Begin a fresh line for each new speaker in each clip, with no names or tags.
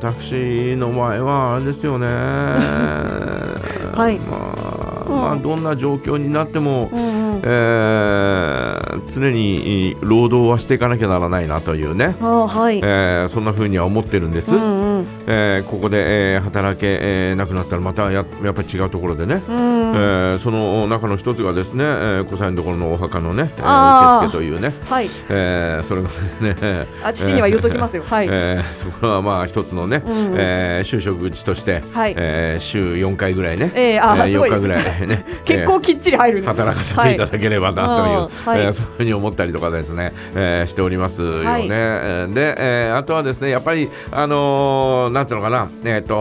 タクシーの場合はあれですよ ね
い
まあ、
うん
まあどんな状況になっても、
うんうん
えー常に労働はしていかなきゃならないなというね、
ああはい、
えーそんな風には思ってるんです、
うんうん
えーここで、えー働け、えーなくなったらまたややっぱり違うところでね、
うん
えーその中の一つがですね、えー、5歳のところのお墓のね、えー
あー
受付というね、
はい
えーそれがですね
あ父には言うときますよはい、
えーそこはまあ一つのね、
うんうん
えー就職口として、
はい
えー週4回ぐらいね、
えーあーすごい
4日ぐらい ね
結構きっちり入るん
えー
です
働かせていただければなという、
はいうんはい
えーそういうふうに思ったりとかですね、えーしておりますよね。
はい
えーで、えーあとはですねやっぱりあのーなんていうのかなえっ、と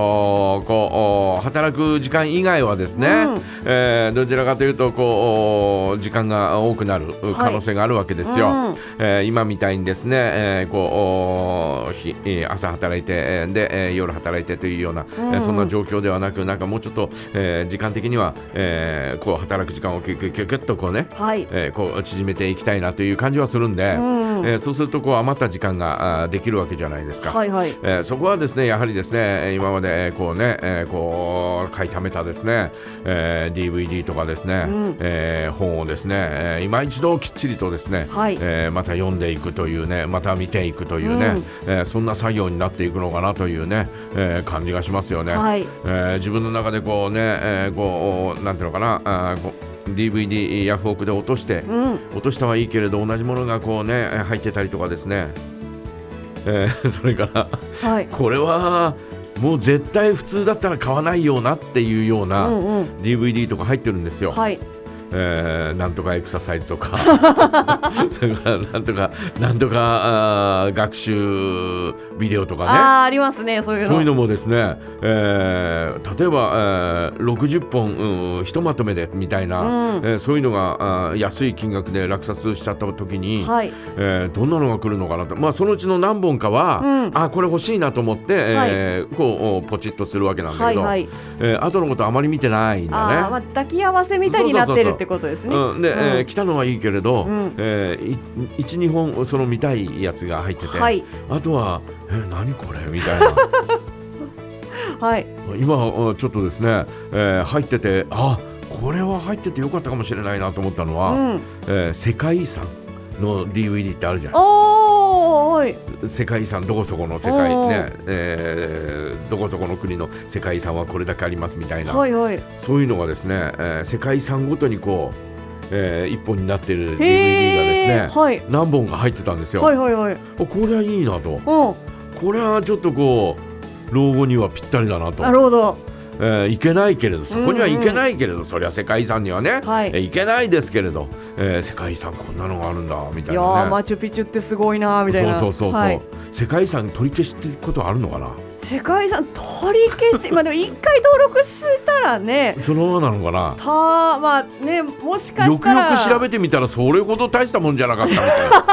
こうお働く時間以外はですね、
うん
えーどちらかというとこうお時間が多くなる可能性があるわけですよ。
うん
えー今みたいにですね、えーこうおーひえー朝働いてえーで、えー夜働いてというような、えー
うん
そんな状況ではなくなんかもうちょっと、えー時間的には、はいこう働く時間をキュキュキュキュッとこうね、
はい
えーこう縮めていきたいなという感じはするんで、
うん
えーそうするとこう余った時間があーできるわけじゃないですか。
はいはい
えーそこはですねやはりですね今までえーこうね、えーこう買いためたですね、えー DVD とかですね、
うん
えー本をですね、えー今一度きっちりとですね、
はい
えーまた読んでいくというねまた見ていくというね、
うん
えーそんな作業になっていくのかなというね、えー感じがしますよね。
はい
えー自分の中でこうね、えーこうなんていうのかなあーこう DVD ヤフオクで落として、
うん
落としたはいいけれど同じものがこうねえー入ってたりとかですね、えーそれから
はい
これはもう絶対普通だったら買わないよなっていうよう
う
な、
んうん
DVD とか入ってるんですよ、
はい
えーなんとかエクササイズと かそれからなんとかなんとかあー学習ビデオとかね
ああーありますねそういうの
そういうのもですね、えー例えば、えー60本、うん、ひとまとめでみたいな、
うん
えーそういうのがあー安い金額で落札しちゃった時に、
はい
えーどんなのが来るのかなと、まあ、そのうちの何本かは、
うん
あこれ欲しいなと思って、えーこうおポチッとするわけなんだ
は
け
い
ど、
はい
えー後のことあまり見てないん
あ
だ
あま
ね。
あ抱き合わせみたいになってるってことですね
うん、で、えー
うん
来たのはいいけれど、
うん
え12本その見たいやつが入ってて、
はい
あとは「え何これ?」みたいな
はい
今あちょっとですね、えー入っててあこれは入っててよかったかもしれないなと思ったの
う
は、
ん
えー世界遺産の DVD ってあるじゃん
おーい
世界遺産どこそこの世界
おー
ね、えーどこそこの国の世界遺産はこれだけありますみたいな、
はいはい
そういうのがですね、えー世界遺産ごとにこう、えー一本になってる DVD が
へ
で
ー
すね
はい
何本か入ってたんですよ、
はいはいはい
あこれはいいなと
うん
これはちょっとこう老後にはぴったりだなと
なるほど
えーいけないけれどそこには
うん
い
うん
けないけれど、そりゃ世界遺産にはね、
はい
えーいけないですけれど、えー世界遺産こんなのがあるんだみた
い
い
や
な
ー
ね。
マチュピチュってすごいなーみたいな
そうそうそうそう、
はい
世界遺産取り消しってことあるのかな
世界遺産取り消しまあでも一回登録したらね
そのままなのかな
たまあね もしか
よ
し
く
た
よ
ら
く調べてみたらそれほど大したもんじゃなかったみたいな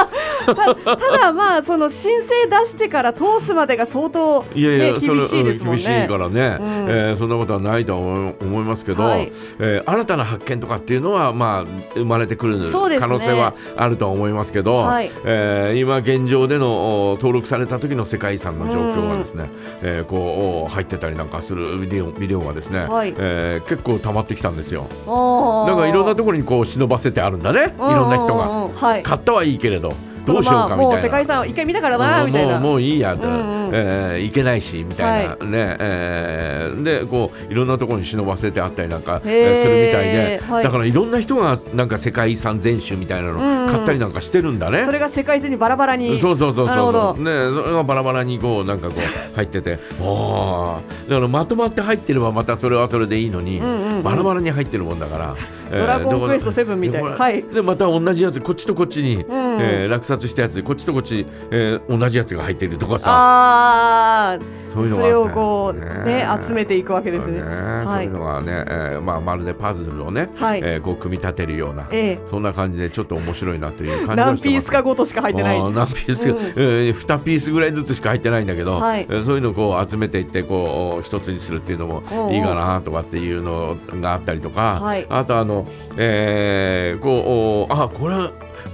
たただまあその申請出してから通すまでが相当、ね、
いやいや、それ
厳しいですもん
厳しい
ね
か。らね、
うん
えーそんなことはないとは思い思いますけど、
はい
えー新たな発見とかっていうのはまあ生まれてくる
そうですね
可能性はあるとは思いますけど
はい
えー今現状でのお登録された時の世界遺産の状況がですね、えーこうお入ってたりなんかするビデオビデオがですね、
はい
えー結構溜まってきたんですよ。
おー
なんかいろんなところにこう忍ばせてあるんだねいろんな人
う
が。
んうんうんはい。
買ったはいいけれどどうしようかみたいな。
まあもう世界遺産を一回見たからなみたい
も
な。
うもういいや、
んうん
えーいけないしみたいな、
は
ねえーでこういろんなところに忍ばせてあったりなんか、えー
へー
するみたいで、
はい
だからいろんな人がなんか世界遺産全集みたいな
うんう
の
ん
買ったりなんかしてるんだね。
それが世界中にバラバラに。
そうそうそう
なる
そう
ほ
そ
ど
う、ね、それがバラバラにこうなんかこう入っててあーだからまとまって入ってればまたそれはそれでいいのに、
んうんうん
バラバラに入ってるもんだから「
ドラゴンクエスト7みたいな
で
はい
でまた同じやつこっちとこっちに、
んうん
えー落札したやつこっちとこっち、えー同じやつが入ってるとかさ
ああ。
そういうの
そ
があ
れ
っ
を
た
こう
よ
ね集めていくわけですね。
ね
は
そうい。
いう
のがね、えーまあ、まるでパズルをね、
はい
えーこう組み立てるような、
ええ
そんな感じでちょっと面白いなという感じがしてま
何
す
ピースかごとしか入ってない
あ。ー何ピースか、
うん
えー2ピースぐらいずつしか入ってないんだけど、
はい
えーそういうのをこう集めていってこう一つにするっていうのも
おうおう
いいかなとかっていうのがあったりとか、
はい
あとあの、えーこうおあこれ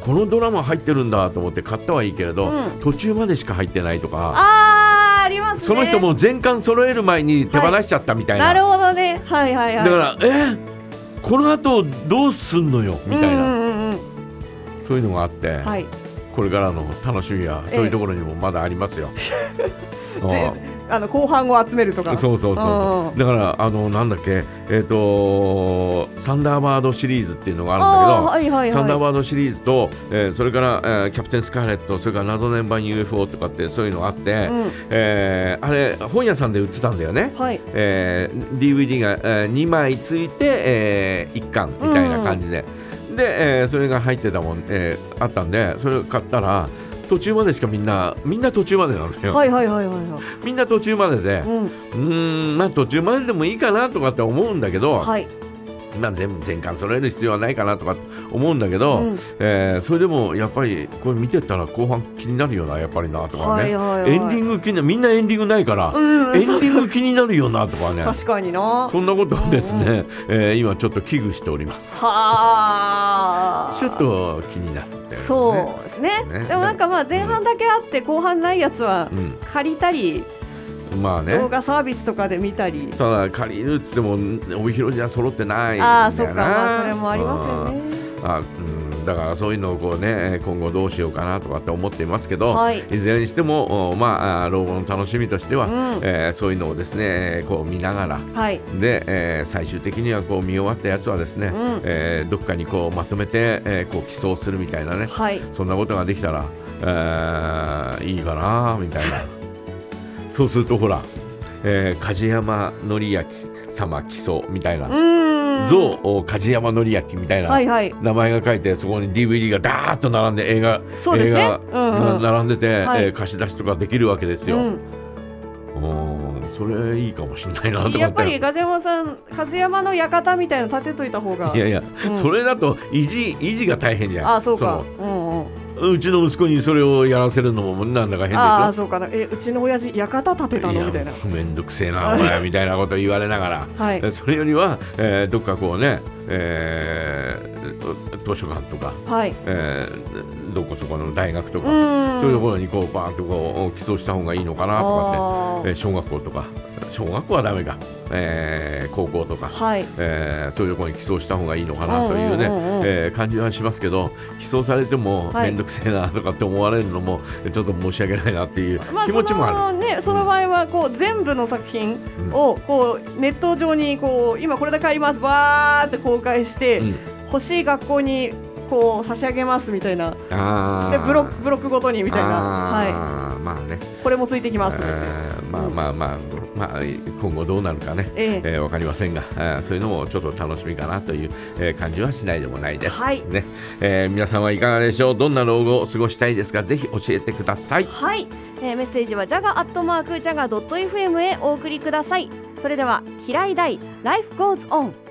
このドラマ入ってるんだと思って買ったはいいけれど、
うん
途中までしか入ってないとか
ああありますね。
その人も全巻揃える前に手放しちゃったみたいな、
なるほどねはいはいはい
だからえこの後どうすんのよみたい
うん
な
うんうん
そういうのがあって、
うんはい
これからの楽しみは
ええ
そういうところにもまだあります よ。
ぜあの後半を集めると
う
か
んそうそうそうそううだからあのなんだっけえっ、とサンダーバードシリーズっていうのがあるんだけど
あーはいはいはい
サンダーバードシリーズと、えーそれから、えーキャプテンスカーレットそれから謎年版 UFO とかってそういうのがあって、
うん
えーあれ本屋さんで売ってたんだよね、
はい
えー DVD が、え2枚ついて、え1巻みたいな感じで、で、えーそれが入ってたもん、えーあったんでそれを買ったら途中までしかみんなみんな途中までなのよ、
はいはいはいはいはい
みんな途中までで、
うん
うーんまあ途中まででもいいかなとかって思うんだけど、
はい
まあ全部全巻揃える必要はないかなとか思うんだけど、
うん
えーそれでもやっぱりこれ見てたら後半気になるよなやっぱりなとか
は
ね、
いはいはい
エンディング気になみんなエンディングないから、
うんうん
エンディング気になるよなとかね
確かにな
そんなことをですね、えー今ちょっと危惧しております
はあ
ちょっと気になってるね
そうですね
ね
でもなんかまあ前半だけあって後半ないやつは
うん
借りたり、
まあね
動画サービスとかで見たり、
ただ借りるっつっても帯広じゃ揃ってないんだよな
ああそっかまあそれもありますよね
あうん、だからそういうのをこうね今後どうしようかなとかって思っていますけど、
はい
い、ずれにしてもおまああ老後の楽しみとしては、
うん
えーそういうのをですねこう見ながら
はい
で、えー最終的にはこう見終わったやつはですね、
ん
えーどっかにこうまとめて、えーこう寄贈するみたいなね
はい
そんなことができたら、えーいいかなみたいなそうするとほら、えー梶山紀明様寄贈みたいな
うーん
像を梶山紀明みたいな、
はいはい
名前が書いてそこに DVD がダーッと並んで映画
そうですね
映画、
うんうん
な並んでて、
はい
えー貸し出しとかできるわけですよ。う
うん
ーんそれいいかもしれないなとかって
やっぱり梶山さん梶山の館みたいの建てといた方が
いやいや、
うん
それだと維持維持が大変じゃん
ああそうかうんうん
そのうちの息子にそれをやらせるのもなんだか変でしょ
ああそうかなえうちの親父館建てた
い
の
や
みたいな
めんどくせえなお前みたいなこと言われながら、
はい
えそれよりは、えーどっかこうね、えー図書館とか、
はい
えーどこそこの大学とか、
うん
そういうところにこうバーンとこう寄贈した方がいいのかなとかっ
あー
て、えー小学校とか小学校はダメか、えー高校とか、
はい
えーそういうところに寄贈した方がいいのかなというね、
うんうんうんうん
えー感じはしますけど寄贈されても
はい
面倒くせえなとかって思われるのもえーちょっと申し訳ないなっていう
まあ
気持ちもある。
そのね、その場合はこう全部の作品をこうネット上にこう今これだけありますわーって公開して、
うん
欲しい学校にこう差し上げますみたいな
あ
でブロック
み
ブロックごとにみたいな、は
はい、まあね、
い、これもついてきますとか言って
えーまあまあまあ、まあ、今後どうなるかね、
ええ
えーわかりませんが、えーそういうのもちょっと楽しみかなという、えー感じはしないでもないです。
はい
ねえー皆さんはいかがでしょうどんな老後を過ごしたいですかぜひ教えてください。
はい、えーメッセージはジャガアットマークジャガドット FM へお送りくださいそれでは平井大ライフゴーズオン